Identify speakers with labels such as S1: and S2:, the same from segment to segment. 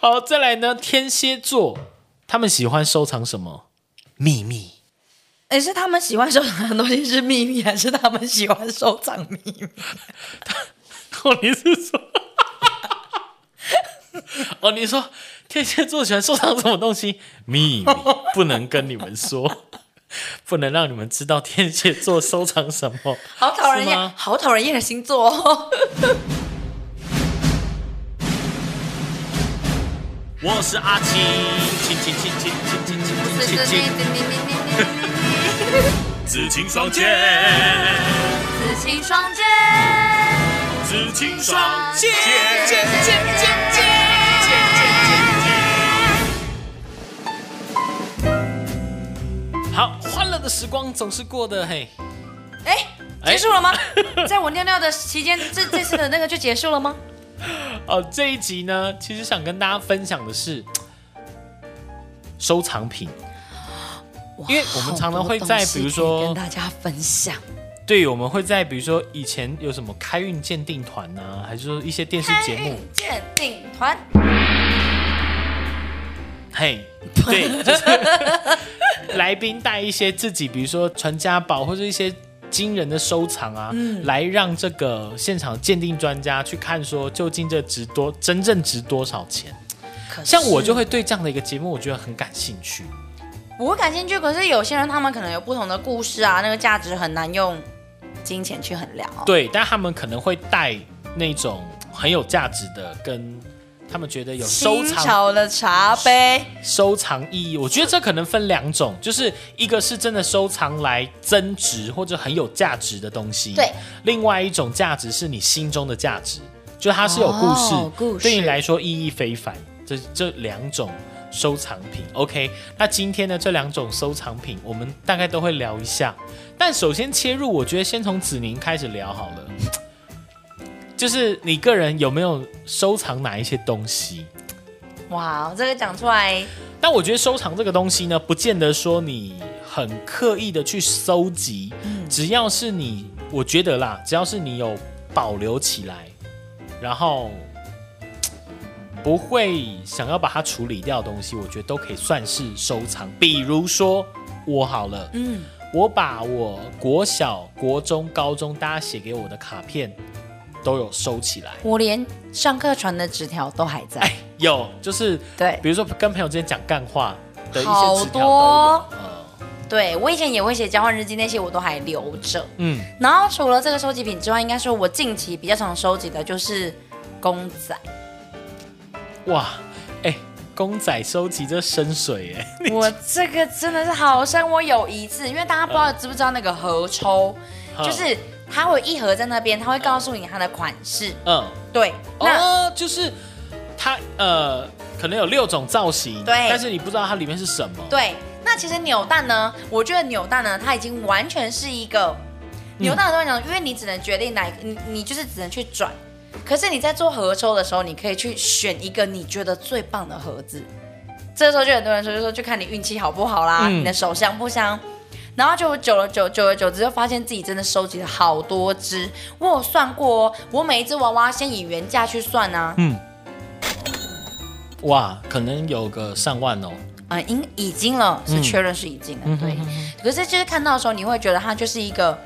S1: 好，再来呢，天蝎座他们喜欢收藏什么秘密？
S2: 哎，是他们喜欢收藏的东西是秘密，还是他们喜欢收藏秘密？
S1: 哦，你是说？哦，你说天蝎座喜欢收藏什么东西？秘密不能跟你们说，不能让你们知道天蝎座收藏什么。
S2: 好讨人
S1: 是
S2: 厌
S1: 吗，
S2: 好讨人厌的星座哦。
S1: 我是阿青，青青青青青青青青青，紫青双剑，
S3: 紫青双剑，
S1: 紫青
S3: 双剑剑剑剑剑剑
S1: 好，欢乐的时光总是过得嘿，
S2: 哎，结束了吗？在我尿尿的期间，这这次的那个就结束了吗？
S1: 哦，这一集呢，其实想跟大家分享的是收藏品。因为我们常常会在
S2: 好多东西可以
S1: 比如说
S2: 跟大家分享，
S1: 对，我们会在比如说以前有什么开运鉴定团呐、还是说一些电视节目，
S2: 哎鉴定团，
S1: 嘿，对，就是 来宾带一些自己，比如说传家宝或者一些惊人的收藏啊，来让这个现场鉴定专家去看说究竟这值多真正值多少钱。
S2: 可是
S1: 像我就会对这样的一个节目，我觉得很感兴趣。
S2: 我会感兴趣，可是有些人他们可能有不同的故事啊，那个价值很难用金钱去衡量哦。
S1: 对，但他们可能会带那种很有价值的，跟他们觉得有收
S2: 新
S1: 藏
S2: 潮的茶杯，
S1: 收藏意义，我觉得这可能分两种，就是一个是真的收藏来增值或者很有价值的东西，
S2: 对；
S1: 另外一种价值是你心中的价值，就它是有故事，
S2: 哦故事
S1: 对你来说意义非凡。这这两种收藏品，OK。那今天呢，这两种收藏品我们大概都会聊一下，但首先切入，我觉得先从子宁开始聊好了。就是你个人有没有收藏哪一些东西？
S2: 哇，这个讲出来，
S1: 但我觉得收藏这个东西呢，不见得说你很刻意的去搜集，只要是你，我觉得啦，只要是你有保留起来，然后嘖不会想要把它处理掉的东西，我觉得都可以算是收藏。比如说我好了，
S2: 嗯，
S1: 我把我国小、国中、高中大家写给我的卡片都有收起来。
S2: 我连上课传的纸条都还在，
S1: 哎，有，就是
S2: 对
S1: 比如说跟朋友之间讲干话的一
S2: 哎好
S1: 些纸条都有
S2: 多
S1: 呃
S2: 对我以前也会写交换日记，那些我都还留着。
S1: 嗯，
S2: 然后除了这个收集品之外，应该说我近期比较常收集的就是公仔，
S1: 哇，哎、公仔收集这深水哎，
S2: 我这个真的是好深。我有一次，因为大家不知道知不知道那个盒抽，
S1: 嗯
S2: 就是它会有一盒在那边，它会告诉你它的款式。
S1: 嗯，
S2: 对，那
S1: 哦，就是它呃，可能有六种造型，
S2: 对
S1: 但是你不知道它里面是什么，，
S2: 对，那其实扭蛋呢，我觉得扭蛋呢，它已经完全是一个
S1: 嗯
S2: 扭蛋的东西讲，因为你只能决定哪一个，你你就是只能去转。可是你在做合抽的时候，你可以去选一个你觉得最棒的盒子。这时候就很多人说，就说就看你运气好不好啦，
S1: 嗯
S2: 你的手香不香。然后就久了久久而久之，就发现自己真的收集了好多只。我有算过哦，我每一只娃娃先以原价去算啊，
S1: 嗯，哇，可能有个上万哦，
S2: 呃，已已经了，是
S1: 嗯
S2: 确认是已经了，
S1: 嗯
S2: 对
S1: 哼哼。
S2: 可是就是看到的时候，你会觉得它就是一个，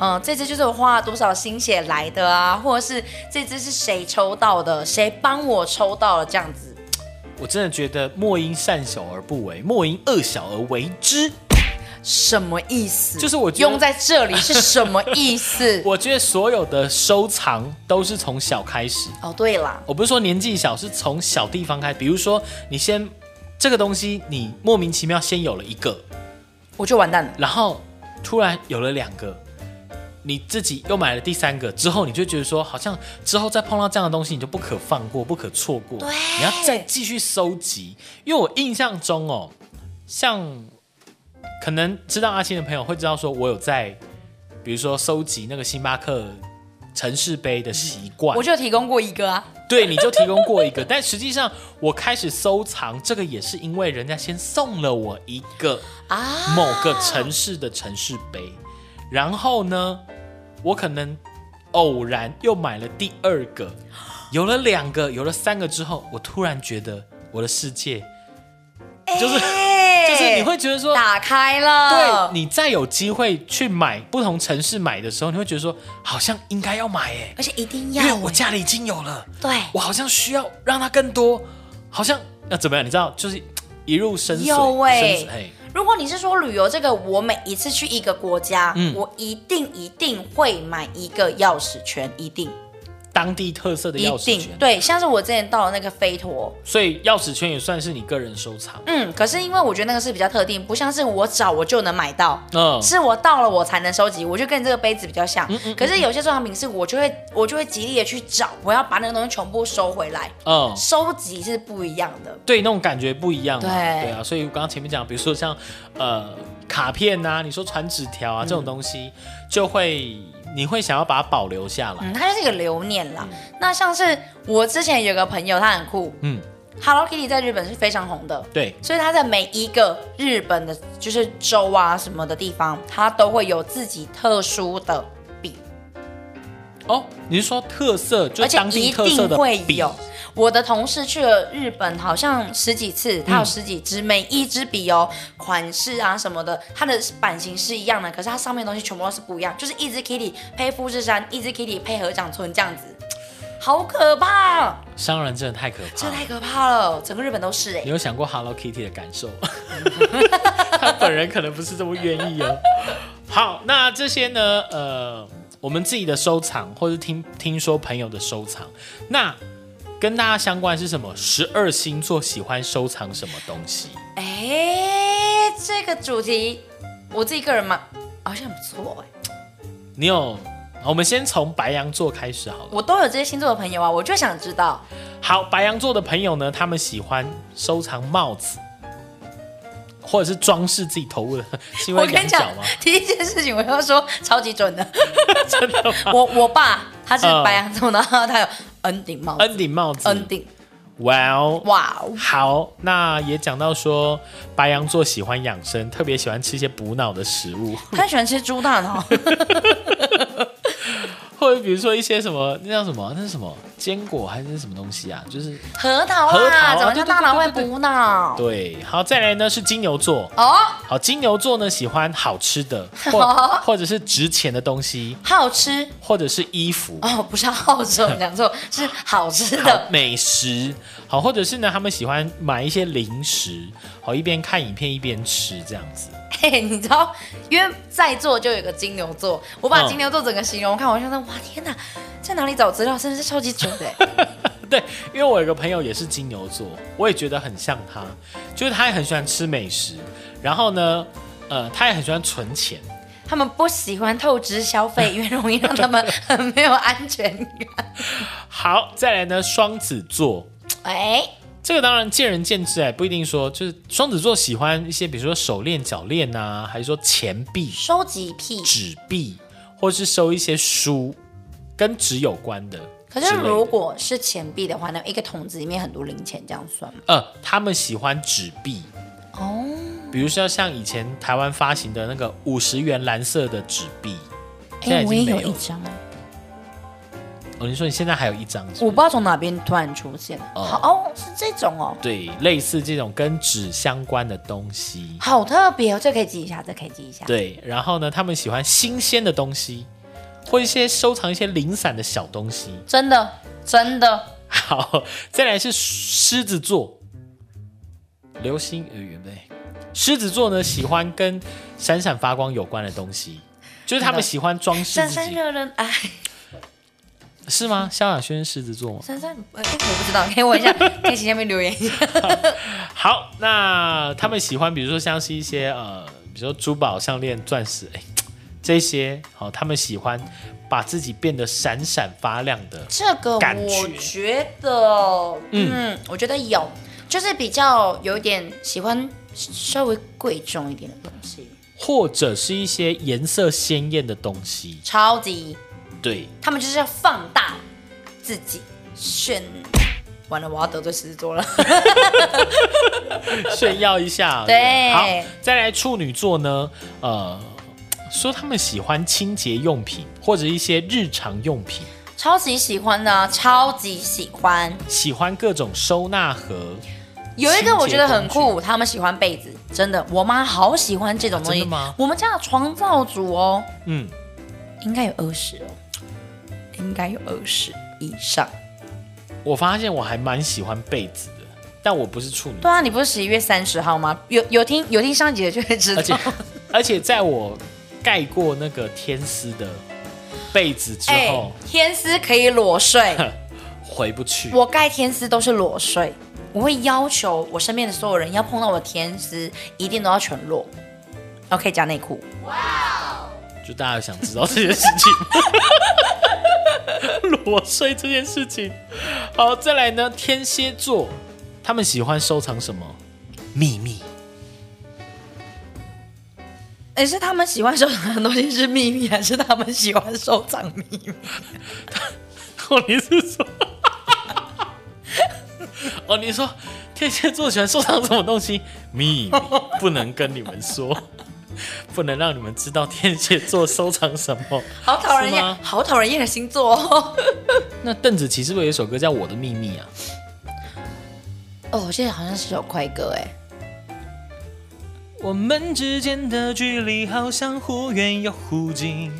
S2: 嗯、这只就是我花了多少心血来的啊，或者是这只是谁抽到的，谁帮我抽到了这样子。
S1: 我真的觉得莫因善小而不为，莫因恶小而为之。
S2: 什么意思？
S1: 就是我觉得？
S2: 用在这里是什么意思
S1: 我觉得所有的收藏都是从小开始，
S2: 哦，对啦，
S1: 我不是说年纪小，是从小地方开，比如说你先这个东西，你莫名其妙先有了一个，
S2: 我就完蛋了。
S1: 然后突然有了两个，你自己又买了第三个，之后你就觉得说，好像之后再碰到这样的东西，你就不可放过，不可错过，
S2: 对
S1: 你要再继续收集。因为我印象中哦，像可能知道阿星的朋友会知道，说我有在，比如说收集那个星巴克城市杯的习惯
S2: 我，就有提供过一个啊，
S1: 对，你就提供过一个，但实际上我开始收藏这个也是因为人家先送了我一个。
S2: 啊，
S1: 某个城市的城市杯，然后呢，我可能偶然又买了第二个，有了两个，有了三个之后，我突然觉得我的世界就是
S2: 哎
S1: 就是你会觉得说，
S2: 打开了，
S1: 对你再有机会去买不同城市买的时候，你会觉得说好像应该要买哎，
S2: 而且一定
S1: 因
S2: 要
S1: 为我家里已经有了，
S2: 对
S1: 我好像需要让它更多，好像要怎么样？你知道，就是一入深水，
S2: 有欸
S1: 深水嘿
S2: 如果你是说旅游这个，我每一次去一个国家，
S1: 嗯
S2: 我一定一定会买一个钥匙圈，一定
S1: 当地特色的
S2: 一
S1: 钥匙
S2: 定
S1: 圈，
S2: 对。像是我之前到了那个飞陀，
S1: 所以钥匙圈也算是你个人收藏。
S2: 嗯，可是因为我觉得那个是比较特定，不像是我找我就能买到。
S1: 嗯，
S2: 是我到了我才能收集，我就跟这个杯子比较像。可是有些收藏品是我就会我就会极力的去找，我要把那个东西全部收回来。
S1: 嗯，
S2: 收集是不一样的，
S1: 对，那种感觉不一样嘛。
S2: 对
S1: 对啊，所以我刚刚前面讲，比如说像呃卡片呐、你说传纸条啊、这种东西，就会你会想要把它保留下来。
S2: 嗯，它就是一个留念啦。那像是我之前有个朋友，他很酷
S1: 嗯，
S2: ，Hello Kitty 在日本是非常红的，
S1: 对，
S2: 所以他在每一个日本的，就是州啊什么的地方，他都会有自己特殊的笔，
S1: 哦，你是说特色，就
S2: 而
S1: 是
S2: 且
S1: 当地
S2: 一
S1: 特色
S2: 定
S1: 的
S2: 会
S1: 笔
S2: 有。我的同事去了日本，好像十几次，他有十几支，每一支笔哦，款式啊什么的，它的版型是一样的，可是它上面的东西全部都是不一样，就是一只 Kitty 配富士山，一只 Kitty 配合长村这样子，好可怕，
S1: 商人真的太可怕
S2: 这
S1: 了。
S2: 太可怕了，整个日本都是哎、
S1: 你有想过 Hello Kitty 的感受？ 他本人可能不是这么愿意哦。好，那这些呢？呃，我们自己的收藏，或是听听说朋友的收藏，那跟大家相关是什么？十二星座喜欢收藏什么东西？
S2: 哎，这个主题我自己个人嘛，好像不错哎。
S1: 你有？我们先从白羊座开始好了。
S2: 我都有这些星座的朋友啊，我就想知道
S1: 好，白羊座的朋友呢，他们喜欢收藏帽子，或者是装饰自己头部的， 是因
S2: 我
S1: 为
S2: 跟
S1: 羊
S2: 你
S1: 角
S2: 讲
S1: 吗？，
S2: 第一件事情我要说超级准 的，我我爸他是白羊座，然后他有恩顶帽子，
S1: 嗯恩顶帽子，
S2: 恩顶，
S1: 哇哦，
S2: 哇哦，
S1: 好，那也讲到说，白羊座喜欢养生，特别喜欢吃一些补脑的食物，
S2: 他喜欢吃猪大脑，
S1: 或者比如说一些什么，那叫什么？那是什么坚果还是什么东西啊？就是
S2: 核桃
S1: 核桃
S2: 啊，
S1: 啊
S2: 怎么
S1: 对
S2: 叫
S1: 对
S2: 大脑会
S1: 对对对
S2: 补脑？
S1: 对。好，再来呢是金牛座。
S2: 哦，
S1: 好，金牛座呢喜欢好吃的，或 或者是值钱的东西，
S2: 好吃
S1: 或者是衣服。
S2: 哦，不是好吃，我讲错，是好吃
S1: 好
S2: 的，
S1: 美食，好，或者是呢，他们喜欢买一些零食，好，一边看影片一边吃这样子。
S2: 嘿、你知道，因为在座就有个金牛座，我把
S1: 嗯
S2: 金牛座整个形容看完，我就说哇天哪，在哪里找资料，真的是超级准的欸。
S1: 对，因为我有个朋友也是金牛座，我也觉得很像他，就是他也很喜欢吃美食，然后呢，呃，他也很喜欢存钱，
S2: 他们不喜欢透支消费，因为容易让他 们很没有安全感。
S1: 好，再来呢，双子座。
S2: 哎，
S1: 这个当然见仁见智哎，不一定说就是双子座喜欢一些，比如说手链、脚链呐、还是说钱币、
S2: 收集癖。
S1: 纸币，或是收一些书，跟纸有关的之
S2: 可
S1: 类的。
S2: 是如果是钱币的话，那一个桶子里面很多零钱，这样算吗？
S1: 呃，他们喜欢纸币，
S2: 哦，
S1: 比如说像以前台湾发行的那个五十元蓝色的纸币，现在
S2: 哎
S1: 已，
S2: 我
S1: 经
S2: 也
S1: 没
S2: 有
S1: 了
S2: 一张，
S1: 哦，你说你现在还有一张是
S2: 我
S1: 吗
S2: 不知道从哪边突然出现。好哦，是这种哦，
S1: 对，类似这种跟纸相关的东西。
S2: 好特别哦，这可以记一下，这可以记一下。
S1: 对，然后呢，他们喜欢新鲜的东西，或一些收藏一些零散的小东西。
S2: 真的，真的，
S1: 好，再来是狮子座，流星呃原本狮子座呢喜欢跟闪闪发光有关的东西，就是他们喜欢装饰
S2: 闪
S1: 自
S2: 闪
S1: 己，
S2: 惹人爱，
S1: 是吗？萧亚轩是狮子座吗？
S2: 闪闪，呃我不知道，可以问一下，可以请下面留言一下。
S1: 好，那他们喜欢，比如说像是一些呃，比如说珠宝、项链、钻石，哎、这些，好、他们喜欢把自己变得闪闪发亮的。
S2: 这个
S1: 感
S2: 我
S1: 觉
S2: 觉得，嗯，我觉得有，就是比较有一点喜欢稍微贵重一点的东西，
S1: 或者是一些颜色鲜艳的东西，
S2: 超级，
S1: 对，
S2: 他们就是要放大自己，炫。完了，我要得罪狮子座了。
S1: 炫耀一下。
S2: 对
S1: 好，再来处女座呢，呃，说他们喜欢清洁用品或者一些日常用品，
S2: 超级喜欢的啊，超级喜欢。
S1: 喜欢各种收纳盒，
S2: 有一个我觉得很酷，他们喜欢被子，真的，我妈好喜欢这种东西。
S1: 啊真的吗
S2: 我们家的床罩组哦，
S1: 嗯，
S2: 应该有二十哦，应该有二十以上。
S1: 我发现我还蛮喜欢被子的，但我不是处女
S2: 对啊，你不是十一月三十号吗？有有听有听上一集的就会知
S1: 而 且
S2: 道。
S1: 而且在我盖过那个天丝的被子之后，
S2: 哎天丝可以裸睡，
S1: 回不去。
S2: 我盖天丝都是裸睡，我会要求我身边的所有人要碰到我的天丝，一定都要全裸，然后可以加内裤。
S1: 就大家有想知道这件事 情，裸睡这件事情。好，再来呢，天蝎座他们喜欢收藏什么秘密？
S2: 哎，是他们喜欢收藏的东西是秘密，还是他们喜欢收藏秘密？
S1: 哦，你是说？哦，你说天蝎座喜欢收藏什么东西？ 秘密不能跟你们说，不能让你们知道天蝎座收藏什么。
S2: 好讨人
S1: 是
S2: 厌
S1: 吗，
S2: 好讨人厌的星座哦。
S1: 那邓紫棋是不是有一首歌叫《我的秘密》啊？
S2: 哦，我记得好像是首快歌哎，
S1: 我们之间的距离好像忽远又忽近，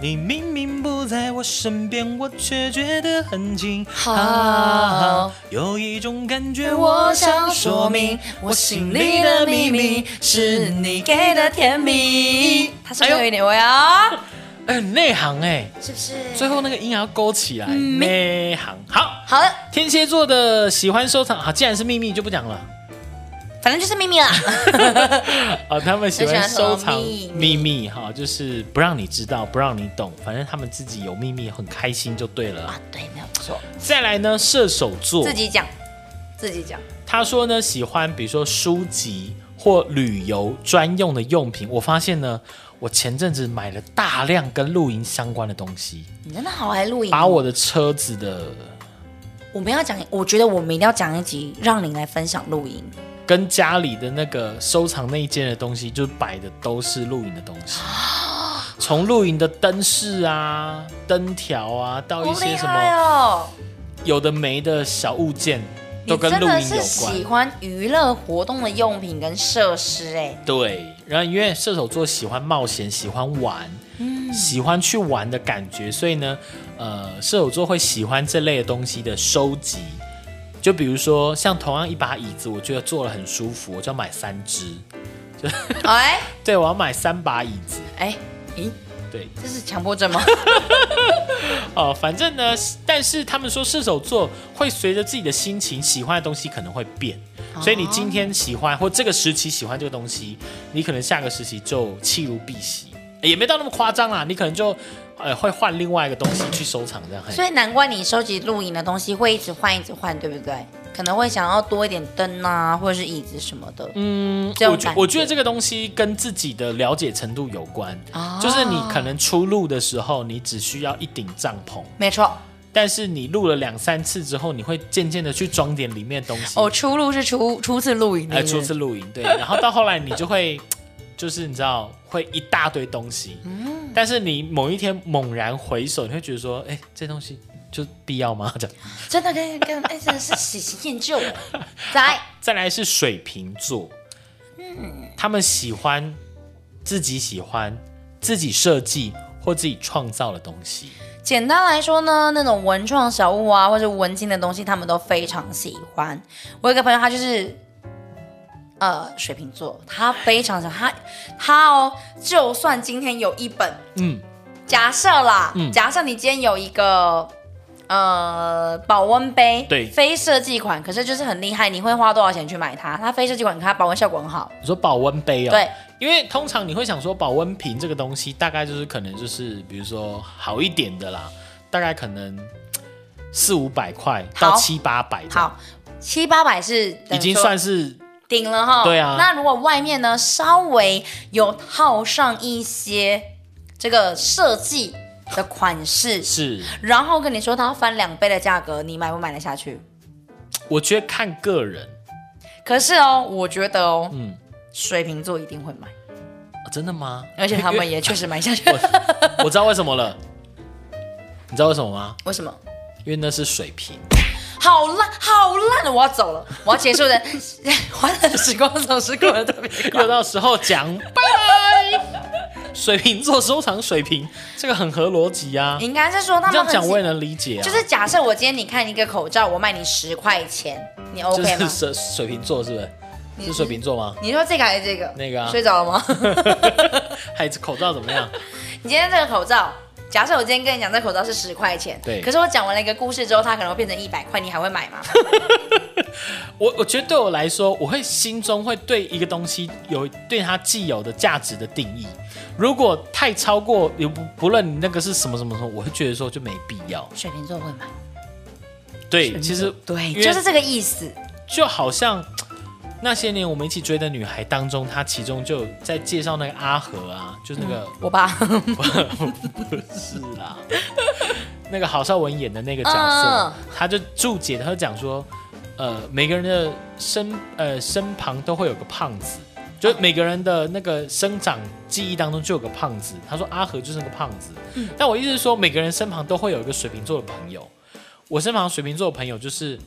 S1: 你明明不在我身边，我却觉得很近。啊
S2: 好
S1: 有一种感觉，
S2: 我想说明我心里的秘密是你给的甜蜜。他是不是有一点味啊？
S1: 哎，内行哎，
S2: 是不是？
S1: 最后那个音还要勾起来，内行。好，
S2: 好的，
S1: 天蝎座的喜欢收藏啊，既然是秘密就不讲了
S2: 反正就是秘 密啦。
S1: 啊，他们喜欢收藏
S2: 都喜欢什
S1: 秘
S2: 么秘密
S1: 密哈，就是不让你知道，不让你懂，反正他们自己有秘密很开心就对了。
S2: 啊对，没有错，
S1: 再来呢，射手座
S2: 自己讲，自己讲。
S1: 他说呢，喜欢比如说书籍或旅游专用的用品。我发现呢，我前阵子买了大量跟露营相关的东西，
S2: 你真的好爱录影，哦
S1: 把我的车子的
S2: 我们要讲，我觉得我们一定要讲一集，让你来分享露营。
S1: 跟家里的那个收藏那一间的东西，就摆的都是露营的东 西。从露营的灯饰啊、灯条啊，到
S2: 好
S1: 一些
S2: 厉
S1: 什
S2: 害
S1: 么
S2: 哦！
S1: 有的没的小物件，都
S2: 你
S1: 跟
S2: 真
S1: 露
S2: 的
S1: 营
S2: 是
S1: 有
S2: 喜
S1: 关。
S2: 欢娱乐活动的用品跟设施 哎，
S1: 对，然后因为射手座喜欢冒险，喜欢玩，
S2: 嗯
S1: 喜欢去玩的感觉，所以呢，呃，射手座会喜欢这类的东西的收集。就比如说，像同样一把椅子，我觉得坐了很舒服，我就要买三只。
S2: 哎
S1: 对，我要买三把椅子。
S2: 哎，咦，
S1: 对，
S2: 这是强迫症吗？
S1: 哦，反正呢，但是他们说射手座会随着自己的心情喜欢的东西可能会变，
S2: 哦
S1: 所以你今天喜欢或这个时期喜欢这个东西，你可能下个时期就弃如敝屣，诶也没到那么夸张啦，你可能就呃会换另外一个东西去收藏这样。嘿
S2: 所以难怪你收集露营的东西会一直换，一直换，对不对？可能会想要多一点灯啊，或者是椅子什么的。嗯，这
S1: 我
S2: 种
S1: 觉
S2: 感
S1: 我觉得这个东西跟自己的了解程度有关，
S2: 哦
S1: 就是你可能初入的时候，你只需要一顶帐篷，
S2: 没错。
S1: 但是你录了两三次之后，你会渐渐的去装点里面的东西。
S2: 哦，出路是初初次露营的
S1: 哎，
S2: 人，
S1: 初次露营，对，然后到后来你就会，就是你知道会一大堆东西，但是你某一天猛然回首，你会觉得说，哎，这东西就必要吗？这样。
S2: 真的跟跟哎，真的是喜新厌旧。啊来，
S1: 再来是水瓶座，他们喜欢自己喜欢自己设计或自己创造的东西，
S2: 简单来说呢，那种文创小物啊，或者文青的东西，他们都非常喜欢。我有一个朋友，他就是。呃，水瓶座，他非常想他他哦，就算今天有一本
S1: 嗯，
S2: 假设啦，
S1: 嗯
S2: 假设你今天有一个呃保温杯，
S1: 对
S2: 非设计款，可是就是很厉害，你会花多少钱去买它？它非设计款，可它保温效果很好，
S1: 你说保温杯哦，
S2: 对，
S1: 因为通常你会想说保温瓶这个东西，大概就是可能就是比如说好一点的啦，大概可能四五百块
S2: 好
S1: 到七八百，，
S2: 好，七八百是等
S1: 已
S2: 于
S1: 经
S2: 说
S1: 算是
S2: 顶了哈。
S1: 对啊
S2: 那如果外面呢稍微有套上一些这个设计的款式，
S1: 是，
S2: 然后跟你说它要翻两倍的价格，你买不买得下去？
S1: 我觉得看个人，
S2: 可是哦，我觉得哦，
S1: 嗯，
S2: 水瓶座一定会买，
S1: 啊真的吗？
S2: 而且他们
S1: 因为
S2: 也确实买下去。
S1: 我知道为什么了，你知道为什么吗？
S2: 为什么？
S1: 因为那是水平。
S2: 好烂，好烂的，我要走了，我要结束的， 欢乐的时光总是过得特别快。
S1: 又到时候讲拜拜。水瓶座收藏水瓶，这个很合逻辑呀。你
S2: 应该是说他
S1: 这样
S2: 们很
S1: 讲我也能理解啊，
S2: 就是假设我今天你看一个口罩，我卖你十块钱，你 OK
S1: 就是？
S2: 吗
S1: 水水瓶座是不是？是水瓶座吗？
S2: 你说这个还是这个？
S1: 那个啊
S2: 睡着了 吗？
S1: 孩子口罩怎么样？
S2: 你今天这个口罩，假设我今天跟你讲这口罩是十块钱，
S1: 对
S2: 可是我讲完了一个故事之后，它可能会变成一百块，你还会买吗？
S1: 我我觉得对我来说，我会心中会对一个东西有对它既有的价值的定义。如果太超过，也不不论你那个是什么什么什么，我会觉得说就没必要。
S2: 水瓶座会买，
S1: 对，其实
S2: 对，
S1: 因为
S2: 就是这个意思。
S1: 就好像那些年我们一起追的女孩当中，她其中就有在介绍那个阿和啊，就是那个、
S2: 我爸，
S1: 不 是啦，那个郝邵文演的那个角色，
S2: 嗯
S1: 他就注解，他就讲说，呃，每个人的身呃身旁都会有个胖子，就是每个人的那个生长记忆当中就有个胖子。他说阿和就是那个胖子，
S2: 嗯
S1: 但我意思是说，每个人身旁都会有一个水瓶座的朋友。我身旁水瓶座的朋友就是，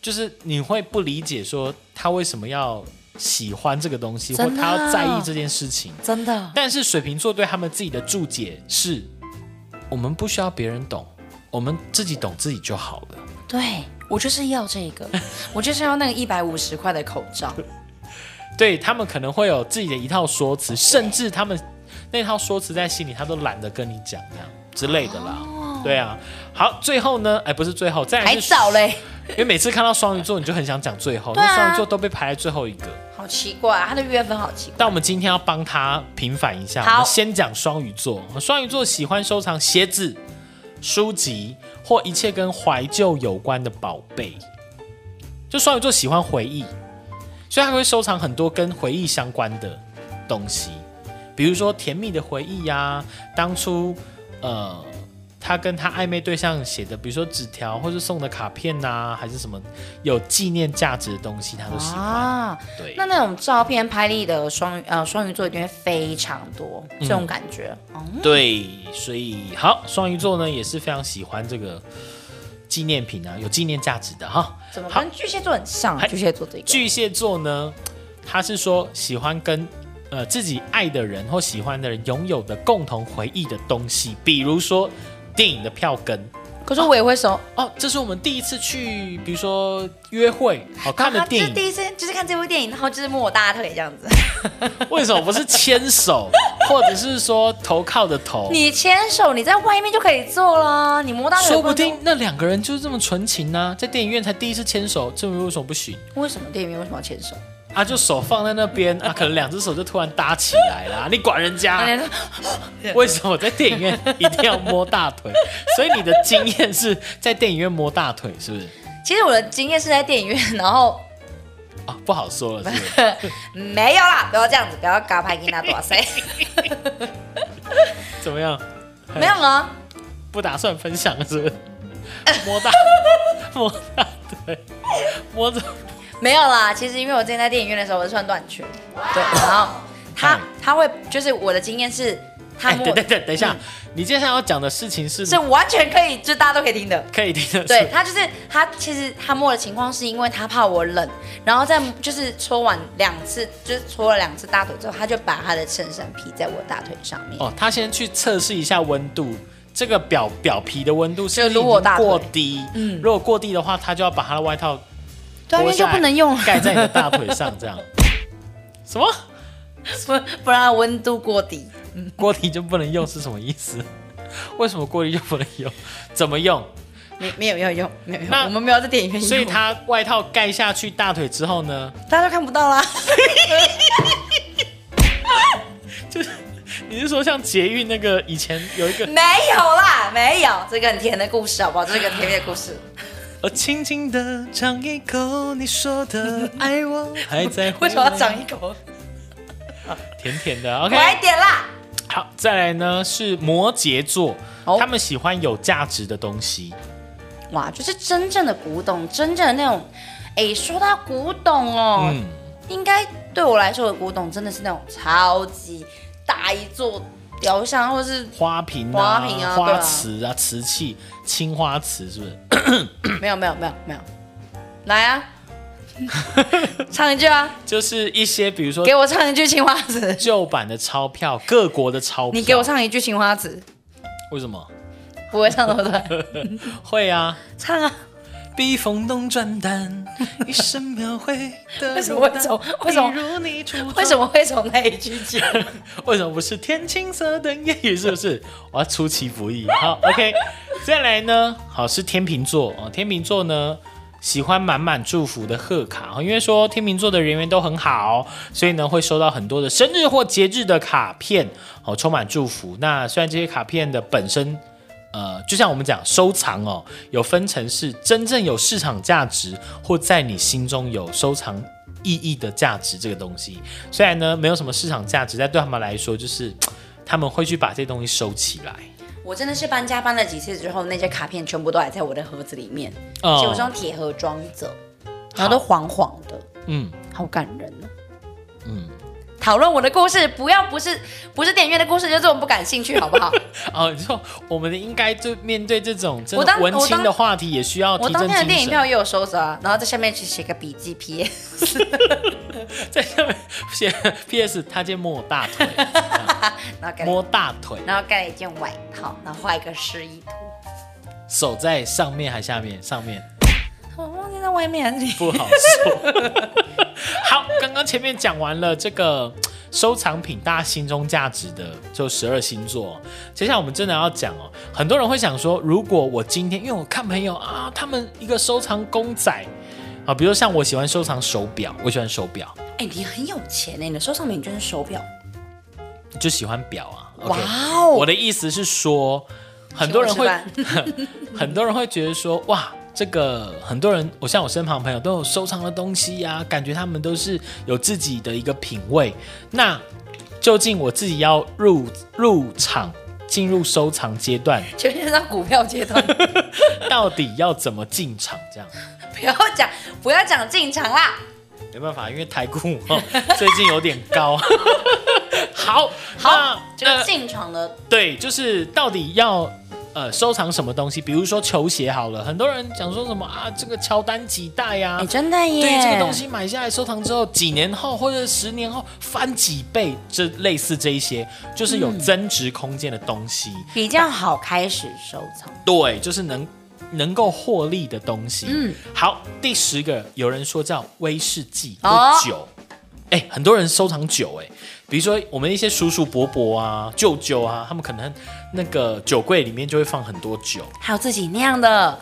S1: 就是你会不理解说他为什么要喜欢这个东西，或
S2: 真的
S1: 他
S2: 啊
S1: 要在意这件事情。
S2: 真的，
S1: 但是水瓶座对他们自己的注解是：我们不需要别人懂，我们自己懂自己就好了。
S2: 对我就是要这个，我就是要那个一百五十块的口罩。
S1: 对他们可能会有自己的一套说辞，甚至他们那套说辞在心里，他都懒得跟你讲，这样之类的啦。对啊，好，最后呢，哎，不是最后，再来
S2: 还
S1: 是
S2: 早，嘞，
S1: 因为每次看到双鱼座，你就很想讲最后，因
S2: 对
S1: 为
S2: 啊
S1: 双鱼座都被排在最后一个。
S2: 好奇怪、啊，他的月份好奇怪。
S1: 但我们今天要帮他平反一下，
S2: 好
S1: 我们先讲双鱼座。双鱼座喜欢收藏鞋子、书籍或一切跟怀旧有关的宝贝。就双鱼座喜欢回忆，所以他会收藏很多跟回忆相关的东西，比如说甜蜜的回忆呀、当初呃他跟他暧昧对象写的，比如说纸条或是送的卡片呐、还是什么有纪念价值的东西，他都喜欢。
S2: 啊，
S1: 对，
S2: 那那种照片拍立得双呃双鱼座一定会非常多，这种感觉。嗯，
S1: 对，所以好，双鱼座呢也是非常喜欢这个纪念品啊，有纪念价值的哈。
S2: 怎么
S1: 好
S2: 跟巨蟹座很像
S1: 还？
S2: 巨蟹座这个
S1: 巨蟹座呢，他是说喜欢跟呃自己爱的人或喜欢的人拥有的共同回忆的东西，比如说电影的票根。
S2: 可是我也会收。
S1: 哦，这是我们第一次去，比如说约会，好看的
S2: 啊
S1: 电
S2: 就是
S1: 影，
S2: 第一次就是看这部电影，然后就是摸我大腿这样子。
S1: 为什么不是牵手，或者是说头靠着头？
S2: 你牵手，你在外面就可以做啦，你摸大腿
S1: 说
S2: 能做。
S1: 不定那两个人就是这么纯情呢、在电影院才第一次牵手，这为什么不行？
S2: 为什么电影院为什么要牵手？
S1: 啊，就手放在那 边啊，可能两只手就突然搭起来啦。你管人家
S2: 啊、你
S1: 为什么在电影院一定要摸大 腿？所以你的经验是在电影院摸大腿，是不是？
S2: 其实我的经验是在电影院，然后嗯
S1: 啊，不好说了，是不是？
S2: 没有啦，不要这样子，不要嘎拍给 拿 多
S1: 哎
S2: 塞，
S1: 怎么样？
S2: 没有啊，
S1: 不打算分享了，是 不是？摸大摸大腿，摸着
S2: 没有啦。其实因为我之前在电影院的时候，我是穿短裙，对，然后他
S1: 哎
S2: 他会就是我的经验是，他
S1: 哎，
S2: 摸
S1: 等等等等一下，你接下来要讲的事情是
S2: 是完全可以，就大家都可以听的。
S1: 可以听得出
S2: 对他就是他，其实他摸的情况是因为他怕我冷，然后再就是搓完两次，就是搓了两次大腿之后，他就把他的衬衫披在我大腿上面。
S1: 哦，他先去测试一下温度，这个表表皮的温度是
S2: 就撸我大腿
S1: 过低，嗯，如果过低的话，他就要把他的外套
S2: 对啊，
S1: 脱
S2: 因为就
S1: 下来
S2: 不能用了，
S1: 盖在你的大腿上，这样。 什么
S2: 不 不然温度过低。
S1: 锅底就不能用是什么意思？为什么锅底就不能用？怎么用？
S2: 没没有没有用，没有
S1: 那
S2: 用，我们没有在电影院 用，
S1: 所以他外套盖下去大腿之后呢，
S2: 大家都看不到啦。
S1: 你是说像捷运那个以前有一个
S2: 没有啦，没有，这个很甜的故事好不好？这个很甜蜜的故事，
S1: 我呃轻轻的尝一口你说的 爱我，还在
S2: 为什么要长一口？
S1: 甜甜的？OK，啊
S2: 快一点啦！
S1: 好，再来呢是摩羯座，
S2: 哦
S1: 他们喜欢有价值的东西。
S2: 哇，就是真正的古董，真正的那种，哎，说到古董哦，
S1: 嗯，
S2: 应该对我来说的古董真的是那种超级大一座雕像或是
S1: 花瓶啊、
S2: 花瓶啊对
S1: 花
S2: 啊
S1: 瓷啊、瓷器、青花瓷是不是？
S2: 没有没有没有没有，来啊，唱一句啊，
S1: 就是一些比如说
S2: 给我唱一句青花瓷，
S1: 旧版的钞票、各国的钞票。
S2: 你给我唱一句青花瓷，
S1: 为什么？
S2: 不会唱对不对？
S1: 会啊。
S2: 唱啊，
S1: 避风东转淡，一生描绘的
S2: 为什么会从为什么
S1: 如你初
S2: 为什么会从那一句起？
S1: 为什么不是天青色等烟雨？是不是？ 我要出其不意。好，OK。再来呢，好是天秤座哦。天秤座呢，喜欢满满祝福的贺卡，哦因为说天秤座的人缘都很好，所以呢会收到很多的生日或节日的卡片，哦，充满祝福。那虽然这些卡片的本身。呃，就像我们讲收藏哦，有分成是真正有市场价值，或在你心中有收藏意义的价值这个东西。虽然呢没有什么市场价值，但对他们来说，就是他们会去把这些东西收起来。
S2: 我真的是搬家搬了几次之后，那些卡片全部都还在我的盒子里面，而且我是
S1: 哦，
S2: 用铁盒装着，然后都黄黄的，
S1: 嗯，
S2: 好感人啊。嗯，讨论我的故事，不要不是不是点阅的故事，就这种不感兴趣，好不好？
S1: 哦，你说我们应该就面对这种真
S2: 我
S1: 的
S2: 当
S1: 文
S2: 我
S1: 青
S2: 当
S1: 的话题，也需要
S2: 我
S1: 提
S2: 当
S1: 振
S2: 天的电
S1: 精
S2: 影票
S1: 神。
S2: 也有收着啊，然后在下面去写个笔记 P，
S1: 在下面写 P.S. 他今天摸我大 腿，
S2: 然后盖，
S1: 摸大腿，
S2: 然后盖了一件外套，然后画一个示意图。
S1: 手在上面还下面？上面哦
S2: 我忘记在外面还是里
S1: 不好说。 好，刚刚前面讲完了这个收藏品大家心中价值的就十二星座，接下来我们真的要讲哦，很多人会想说，如果我今天，因为我看朋友啊，他们一个收藏公仔啊，比如像我喜欢收藏手表，我喜欢手表，
S2: 哎、你很有钱哎、你的收藏品就是手表，
S1: 就喜欢表啊。
S2: 哇
S1: OK，
S2: 哦
S1: 我的意思是说，很多人会
S2: 请 我
S1: 很多人会觉得说，哇，这个很多人，我像我身旁朋友都有收藏的东西呀、感觉他们都是有自己的一个品味。那究竟我自己要入入场进入收藏阶 段，
S2: 就像到股票 阶段。
S1: 到底要怎么进场？这样
S2: 不要讲，不要讲进场啦。
S1: 没办法，因为台股、哦、最近有点高。 好，呃
S2: 好，这
S1: 那
S2: 个进场的
S1: 对，就是到底要呃收藏什么东西？比如说球鞋好了，很多人讲说什么啊，这个乔丹几代呀、
S2: 哎、真的耶，
S1: 对这个东西买下来收藏之后，几年后或者十年后翻几倍，这类似这一些，就是
S2: 嗯
S1: 有增值空间的东西。
S2: 比较好开始收藏。
S1: 对，就是能能够获利的东西。嗯
S2: 嗯，
S1: 好，第十个有人说叫威士忌
S2: 哦
S1: 或酒，哎、很多人收藏酒、哎，比如说我们一些叔叔伯伯啊、舅舅啊，他们可能那个酒柜里面就会放很多酒
S2: 还有自己酿的，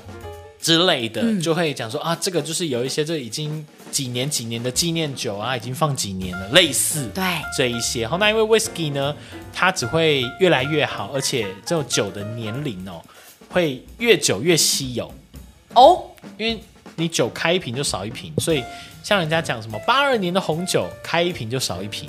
S1: 之类的，
S2: 嗯
S1: 就会讲说啊，这个就是有一些这已经几年几年的纪念酒啊，已经放几年了，类似。
S2: 对，
S1: 这一些。好，那因为 whisky 呢，它只会越来越好，而且这种酒的年龄哦，会越久越稀有，
S2: 哦，
S1: 因为你酒开一瓶就少一瓶，所以像人家讲什么八二年的红酒开一瓶就少一瓶，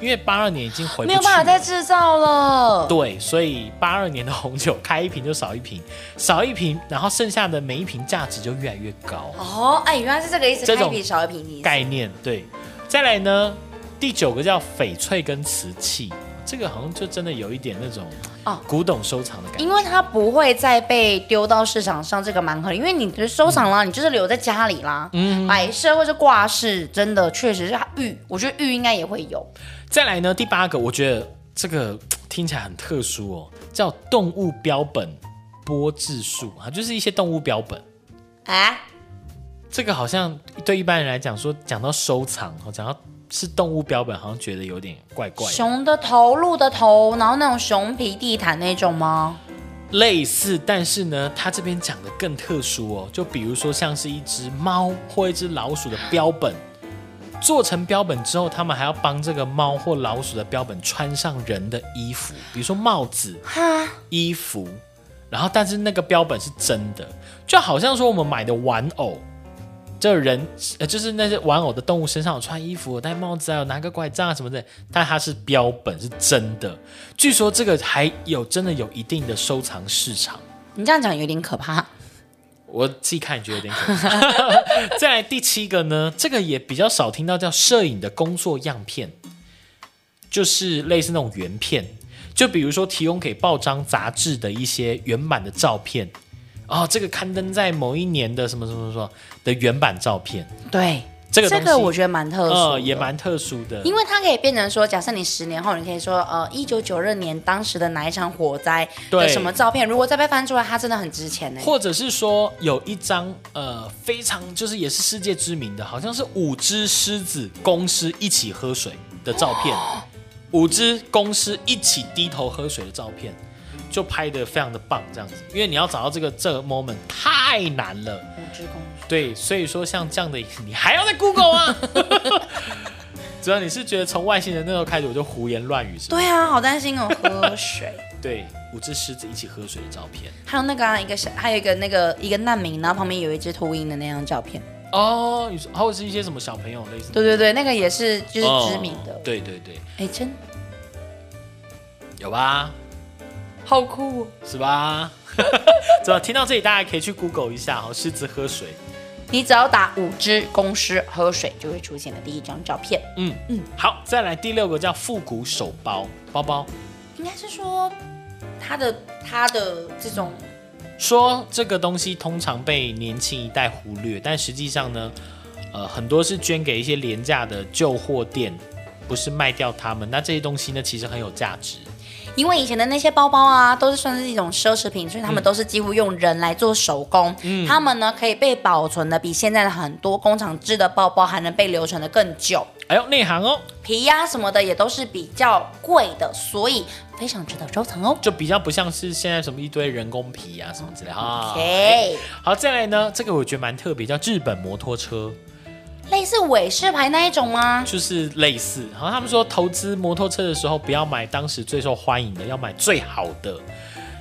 S1: 因为八二年已经回不
S2: 没有办法
S1: 去
S2: 再
S1: 了
S2: 制造了。
S1: 对，所以八二年的红酒开一瓶就少一瓶，少一瓶，然后剩下的每一瓶价值就越来越高。
S2: 哦，哎、原来是这个意思，
S1: 这
S2: 开
S1: 种
S2: 一瓶少一瓶意思。
S1: 概念。对，再来呢，第九个叫翡翠跟瓷器，这个好像就真的有一点那种
S2: 哦
S1: 古董收藏的感觉。
S2: 因为它不会再被丢到市场上，这个蛮合理。因为你的收
S1: 嗯
S2: 藏啦，你就是留在家里啦，摆设或者挂饰，真的确实是玉，我觉得玉应该也会有。
S1: 再来呢，第八个，我觉得这个听起来很特殊哦，叫动物标本波质数啊，就是一些动物标本。嗯
S2: 哎、
S1: 这个好像对一般人来讲说，讲到收藏，哦，讲到是动物标本，好像觉得有点怪怪的。
S2: 熊的头、鹿的头，然后那种熊皮地毯那种吗？
S1: 类似，但是呢，它这边讲的更特殊哦。就比如说，像是一只猫或一只老鼠的标本，做成标本之后，他们还要帮这个猫或老鼠的标本穿上人的衣服，比如说帽子、
S2: 哈，
S1: 衣服，然后但是那个标本是真的，就好像说我们买的玩偶，这人呃就是那些玩偶的动物身上有穿衣服、有戴帽子啊、有拿个拐杖啊什么的，但它是标本是真的。据说这个还有真的有一定的收藏市场。
S2: 你这样讲有点可怕。
S1: 我自己看觉得有点 可怕。再来第七个呢，这个也比较少听到，叫摄影的工作样片，就是类似那种原片。就比如说提供给报章杂志的一些原版的照片，哦，这个刊登在某一年的什么什么什么的原版照片，
S2: 对，
S1: 这个东
S2: 这
S1: 西
S2: 个我觉得蛮特殊的，
S1: 呃也蛮特殊的，
S2: 因为它可以变成说，假设你十年后，你可以说，呃，一九九二年当时的哪一场火灾的
S1: 对
S2: 什么照片，如果再被翻出来，它真的很值钱呢。
S1: 或者是说有一张呃非常就是也是世界知名的，好像是五只狮子公狮一起喝水的照片，五只公狮一起低头喝水的照片，就拍得非常的棒这样子。因为你要找到这个这个 moment 太难了，
S2: 五只公主，
S1: 对，所以说像这样的你还要在 Google 啊。主要你是觉得从外星人那时候开始我就胡言乱语是吧？
S2: 对啊，好担心哦，喝水。
S1: 对，五只狮子一起喝水的照片
S2: 还有那个、啊、一个小， 还有一个那个一个难民，然后旁边有一只秃鹰的那张照片。
S1: 哦，你说或者是一些什么小朋友类似的
S2: 对对对，那个也是就是知名的
S1: 哦。对对对，
S2: 哎、真
S1: 有吧？
S2: 好酷哦！
S1: 是吧？ 知道听到这里，大家可以去 Google 一下哦，狮子喝水。
S2: 你只要打五只公狮喝水，就会出现的第一张照片。
S1: 嗯嗯，好，再来第六个叫复古手包包包，
S2: 应该是说它的它的这种
S1: 说这个东西通常被年轻一代忽略，但实际上呢，呃，很多是捐给一些廉价的旧货店，不是卖掉它们。那这些东西呢，其实很有价值。
S2: 因为以前的那些包包啊，都是算是一种奢侈品，所以他们都是几乎用人来做手工。他们呢可以被保存的比现在的很多工厂制的包包还能被留存的更久。
S1: 哎呦，内行哦，
S2: 皮呀、什么的也都是比较贵的，所以非常值得收藏哦。
S1: 就比较不像是现在什么一堆人工皮啊什么之类的啊。
S2: OK，
S1: 好，再来呢，这个我觉得蛮特别，叫日本摩托车。
S2: 类似尾饰牌那一种吗？
S1: 就是类似，然后他们说投资摩托车的时候不要买当时最受欢迎的，要买最好的。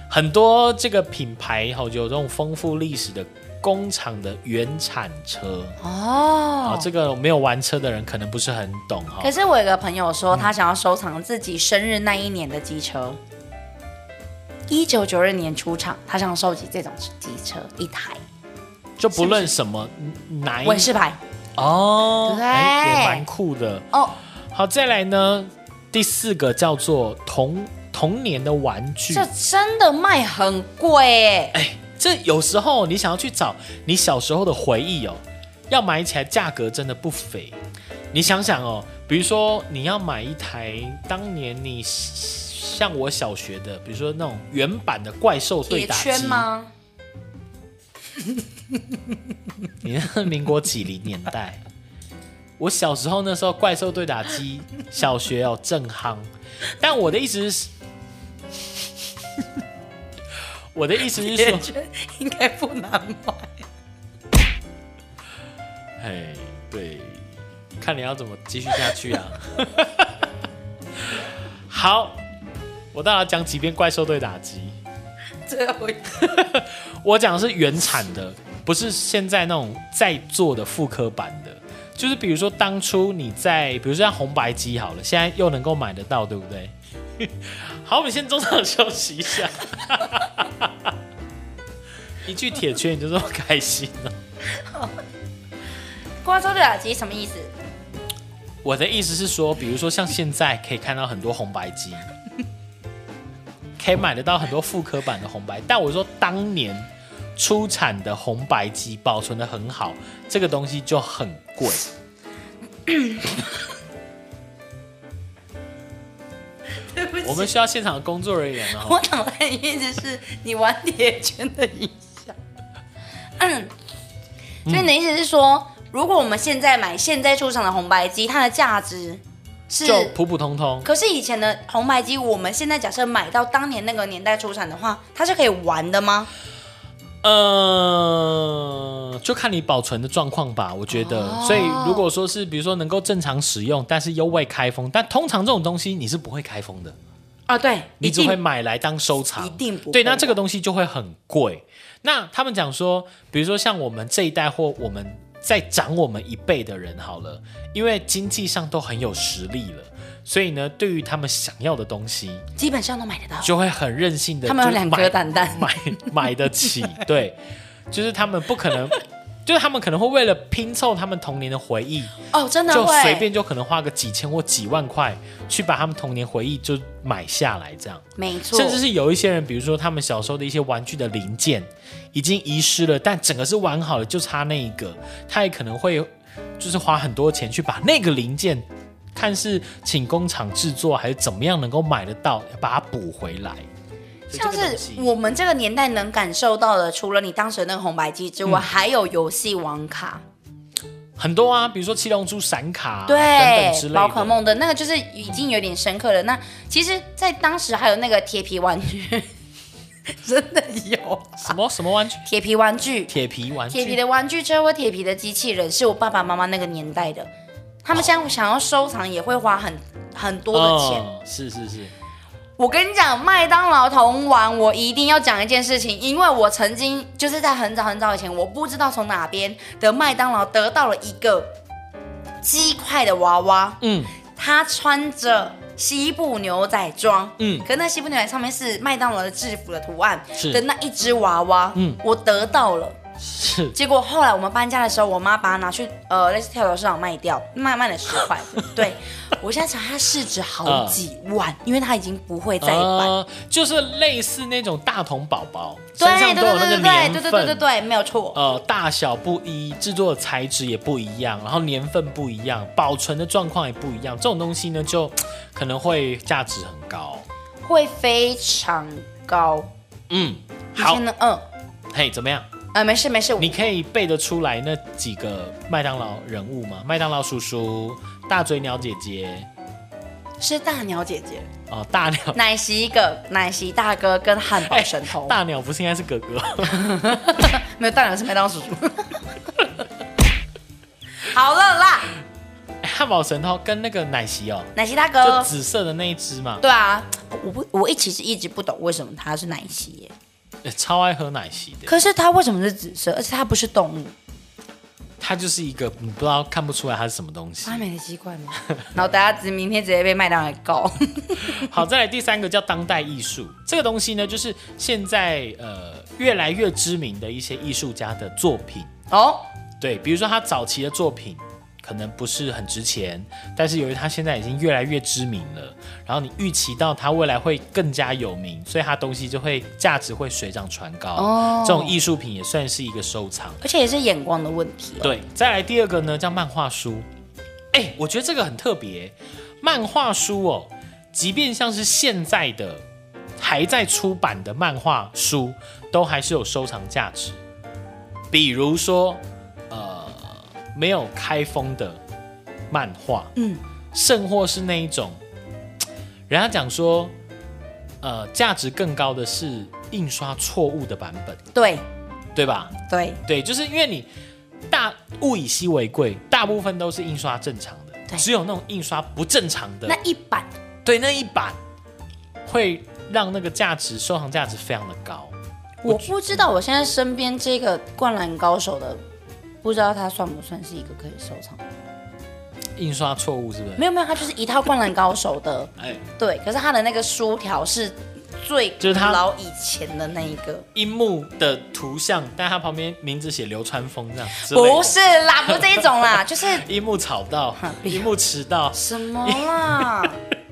S1: 很多这个品牌哈有这种丰富历史的工厂的原产车啊、
S2: 哦，
S1: 这个没有玩车的人可能不是很懂哈
S2: 可。是我有个朋友说，他想要收藏自己生日那一年的机车。一九九二年出厂，他想收集这种机车一台
S1: 就不论什么哪一
S2: 尾饰牌
S1: 哦，
S2: 对
S1: 哎也蛮酷的。
S2: 哦，
S1: 好，再来呢，第四个叫做童童年的玩具。
S2: 这真的卖很贵耶！
S1: 哎，这有时候你想要去找你小时候的回忆哦，要买起来价格真的不菲。你想想哦，比如说你要买一台当年你像我小学的，比如说那种原版的怪兽对
S2: 铁
S1: 打
S2: 圈
S1: 机，
S2: 吗？
S1: 你那民国几零年代？ 我小时候那时候怪兽对打机，小学哦正夯。但我的意思是， 我的意思是说，
S2: 圈 应该不难买。
S1: 哎，对，看你要怎么继续下去啊。 好，我到底要讲几遍怪兽对打击？
S2: 最后一
S1: 我讲的是原产的，不是现在那种在做的复刻版的。就是比如说当初你在，比如说像红白机好了，现在又能够买得到，对不对？ 好，我们先中场休息一下。 一句铁拳你就这么开心了、
S2: 瓜州对打机什么意思？
S1: 我的意思是说，比如说像现在可以看到很多红白机， 可以买得到很多复刻版的红白，但我说当年出产的红白机保存的很好，这个东西就很贵。
S2: 对不起
S1: 我们需要现场的工作人员哦。
S2: 我脑袋里面一直是你玩铁圈的影 响。嗯，所以你的意思是说，如果我们现在买现在出厂的红白机，它的价值是
S1: 就普普通通，
S2: 可是以前的红白机，我们现在假设买到当年那个年代出产的话，它是可以玩的吗？
S1: 呃，就看你保存的状况吧，我觉得。
S2: 哦
S1: 所以如果说是比如说能够正常使用，但是又未开封，但通常这种东西你是不会开封的。
S2: 啊，对，
S1: 你
S2: 一
S1: 只
S2: 定
S1: 会买来当收藏，
S2: 一定不会
S1: 对。那这个东西就会很贵。那他们讲说，比如说像我们这一代或我们再长我们一辈的人好了，因为经济上都很有实力了，所以呢，对于他们想要的东西，
S2: 基本上都买得到。
S1: 就会很任性的，
S2: 他们有两颗蛋蛋
S1: 买买买得起，对，就是他们不可能 就是他们可能会为了拼凑他们童年的回忆，
S2: 哦，真的
S1: 就
S2: 会
S1: 随便就可能花个几千或几万块去把他们童年回忆就买下来，这样。
S2: 没错，
S1: 甚至是有一些人，比如说他们小时候的一些玩具的零件已经遗失了，但整个是完好的，就差那一个，他也可能会就是花很多钱去把那个零件，看是请工厂制作还是怎么样能够买得到，把它补回来。所以这
S2: 像
S1: 个东
S2: 是
S1: 西
S2: 我们这个年代能感受到的，除了你当时那个红白机之外，
S1: 嗯
S2: 还有游戏王卡，
S1: 很多啊，比如说七龙珠闪卡啊、等等之类
S2: 对，
S1: 的。
S2: 宝可梦啊的那个就是已经有点深刻了。那其实，在当时还有那个铁皮玩具， 真的有
S1: 什么什么玩具？
S2: 铁皮玩具，
S1: 铁皮玩具。
S2: 铁皮的玩具车或铁皮的机器人，是我爸爸妈妈那个年代的。他们现在想要收藏，也会花很很多的钱。
S1: 嗯是是是，
S2: 我跟你讲，麦当劳童玩，我一定要讲一件事情，因为我曾经就是在很早很早以前，我不知道从哪边的麦当劳得到了一个鸡块的娃娃，
S1: 嗯，
S2: 他穿着西部牛仔装，
S1: 嗯
S2: 可那西部牛仔上面是麦当劳的制服的图案
S1: 是
S2: 的那一只娃娃，
S1: 嗯
S2: 我得到了。
S1: 是
S2: 结果后来我们搬家的时候，我妈把它拿去呃类似跳蚤市场卖掉，慢慢的十块。对我现在想，它市值好几万，因为它已经不会再版。
S1: 呃，就是类似那种大童宝宝，身
S2: 对
S1: 上
S2: 对
S1: 都有那
S2: 对
S1: 个
S2: 对对
S1: 年
S2: 对对
S1: 份，
S2: 对对对，没有错。
S1: 呃，大小不一，制作的材质也不一样，然后年份不一样，保存的状况也不一样，这种东西呢，就可能会价值很高。
S2: 会非常高。
S1: 嗯，
S2: 以
S1: 好
S2: 前，呢，嗯，
S1: 嘿，怎么样？
S2: 呃，没事没事，我
S1: 你可以背得出来那几个麦当劳人物吗？麦当劳叔叔、大嘴鸟姐姐，
S2: 是大鸟姐姐，
S1: 哦，大鸟，
S2: 奶昔一个，奶昔 大哥跟汉堡神 偷，
S1: 大鸟不是应该是哥 哥？
S2: 没有大鸟是麦当劳叔叔。好了啦，
S1: 汉堡神偷跟那个奶昔哦，
S2: 奶昔大
S1: 就
S2: 哥，
S1: 紫色的那一只嘛，
S2: 对啊，我不，我一其实一直不懂为什么它是奶昔耶，
S1: 欸超爱喝奶昔的。
S2: 可是它为什么是紫色，而且它不是动物，
S1: 它就是一个你不知道看不出来它是什么东西。
S2: 它美的奇怪吗？然后大家直明天直接被麦当劳告。
S1: 好，再来第三个叫当代艺术，这个东西呢，就是现在呃越来越知名的一些艺术家的作品。
S2: 哦，
S1: 对，比如说他早期的作品可能不是很值钱，但是由于他现在已经越来越知名了，然后你预期到他未来会更加有名，所以他东西就会价值会水涨船高。
S2: 哦
S1: 这种艺术品也算是一个收藏。
S2: 而且也是眼光的问题哦。
S1: 对，再来第二个呢，叫漫画书。哎、我觉得这个很特别，漫画书哦，即便像是现在的还在出版的漫画书，都还是有收藏价值。比如说，呃，没有开封的漫画，
S2: 嗯，
S1: 甚或是那一种，人家讲说，呃，价值更高的是印刷错误的版本，
S2: 对
S1: 对吧？
S2: 对
S1: 对，就是因为你大物以稀为贵，大部分都是印刷正常的，
S2: 对
S1: 只有那种印刷不正常的，
S2: 那一版
S1: 对那一版会让那个价值收藏价值非常的高。
S2: 我不知道，我现在身边这个《灌篮高手》的，不知道它算不算是一个可以收藏的？
S1: 印刷错误是不是？
S2: 没有没有，它就是一套《灌篮高手》 的，
S1: 哎，
S2: 对。可是它的那个书条是最
S1: 就是它
S2: 老以前的那一 个，
S1: 樱木的图像，但它旁边名字写流川枫这样，之类的
S2: 不是啦，不是这一 种啦，就是
S1: 樱木草到
S2: 哈，不要
S1: 樱木迟到，
S2: 什么啦，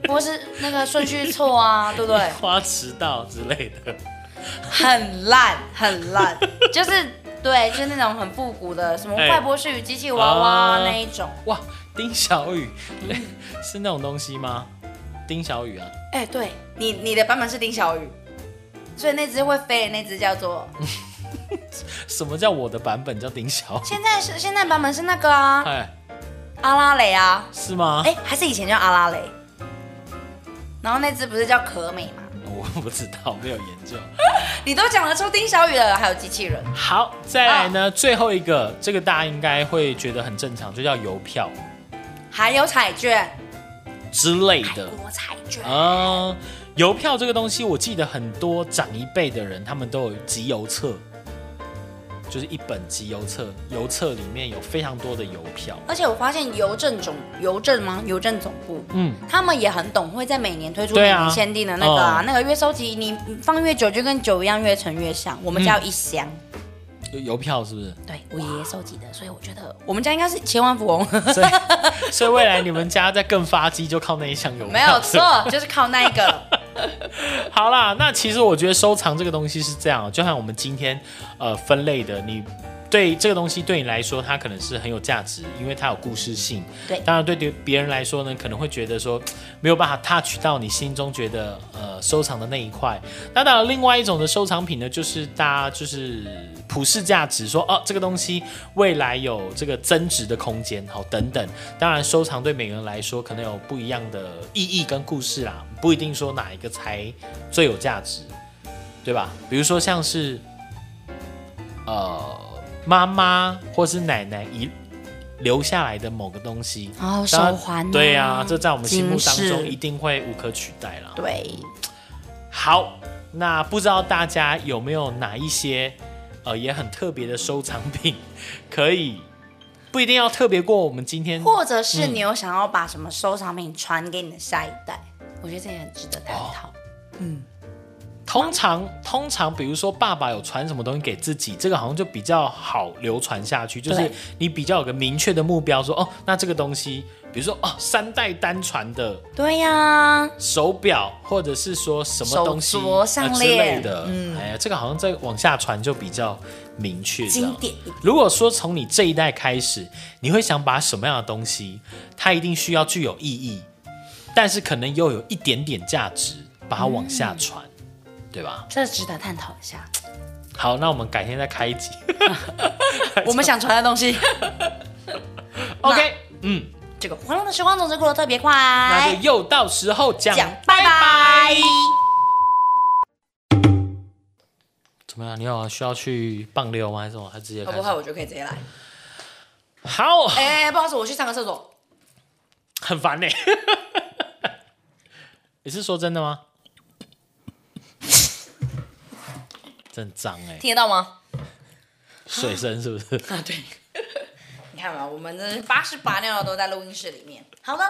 S2: 或是那个顺序错 啊，对不对？
S1: 花迟到之类的。
S2: 很烂，很烂，就是对，就是那种很复古的，什么
S1: 哎
S2: 怪博士与机器娃娃
S1: 啊
S2: 那一种。
S1: 哇，丁小雨、是那种东西吗？丁小雨啊，
S2: 哎、对你你的版本是丁小雨，所以那只会飞的那只叫做，
S1: 嗯什么叫我的版本叫丁小雨？
S2: 现在是现在版本是那个啊
S1: 哎，
S2: 阿拉蕾啊，
S1: 是吗？
S2: 哎、还是以前叫阿拉蕾，然后那只不是叫可美吗？
S1: 我不知道，没有研究。
S2: 你都讲得出丁小雨了，还有机器人，
S1: 好，再来
S2: 啊
S1: 呢，最后一个，这个大家应该会觉得很正常，就叫邮票
S2: 还有彩券，
S1: 之类
S2: 泰
S1: 的。
S2: 国彩券，
S1: 嗯，邮票这个东西，我记得很多长一辈的人，他们都有集邮册，就是一本集邮册，邮册里面有非常多的邮票。
S2: 而且我发现邮政总邮政吗？邮政总部。
S1: 嗯，
S2: 他们也很懂，会在每年推出每
S1: 对啊
S2: 年限定的那个啊，
S1: 嗯嗯
S2: 那个越收集，你放越久就跟酒一样，越陈越香。我们家有一箱，
S1: 有邮票是不是？
S2: 对我爷爷收集的，所以我觉得我们家应该是千万富翁，
S1: 所以 所以未来你们家再更发迹，就靠那一箱邮票。
S2: 没有错，就是靠那一个。
S1: 好啦，那其实我觉得收藏这个东西是这样，就像我们今天呃分类的，你对这个东西对你来说，它可能是很有价值，因为它有故事性。
S2: 对
S1: 当然对别别人来说呢，可能会觉得说没有办法 touch 到你心中觉得呃收藏的那一块。那当然，另外一种的收藏品呢，就是大家就是普世价值说，哦，这个东西未来有这个增值的空间，好、等等。当然，收藏对每个人来说可能有不一样的意义跟故事啦，不一定说哪一个才最有价值，对吧？比如说像是呃妈妈或是奶奶遗留下来的某个东西。
S2: 哦，手
S1: 当然
S2: 环、
S1: 对呀、这在我们心目当
S2: 金饰
S1: 中一定会无可取代啦。
S2: 对，
S1: 好，那不知道大家有没有哪一些呃也很特别的收藏品，可以不一定要特别过我们今天
S2: 或者是你有想要把什么收藏品传给你的下一代，我觉得这也很值得探讨。
S1: 通常通常比如说爸爸有传什么东西给自己，这个好像就比较好流传下去，就是
S2: 对
S1: 你比较有个明确的目标说哦，那这个东西，比如说哦三代单传的
S2: 对呀、
S1: 手表，或者是说什么东西
S2: 手镯
S1: 呃
S2: 项
S1: 之类
S2: 链嗯
S1: 的，哎呀，这个好像再往下传就比较明确，这样
S2: 经典一点。
S1: 如果说从你这一代开始，你会想把什么样的东西，它一定需要具有意义，但是可能又有一点点价值，把它往下传，对吧？
S2: 这值得探讨一下。嗯
S1: 好，那我们改天再开一 集。
S2: 我们想传的 东西，
S1: OK，嗯，
S2: 这个欢乐的时光总是过得特别快。
S1: 那就又到时候讲，
S2: 讲拜拜。
S1: 怎么样？你有需要去棒溜吗？还是什么？还是直接
S2: 好
S1: 开
S2: 哦不
S1: 始？
S2: 好？我就可以直接来。
S1: 好，
S2: 哎、不好意思，我去上个厕所。
S1: 很烦呢、 你是说真的吗？真脏哎、
S2: 听得到吗？
S1: 水声是不是？
S2: 啊，对。你看吧，我们这八十八尿都在录音室里面。好了。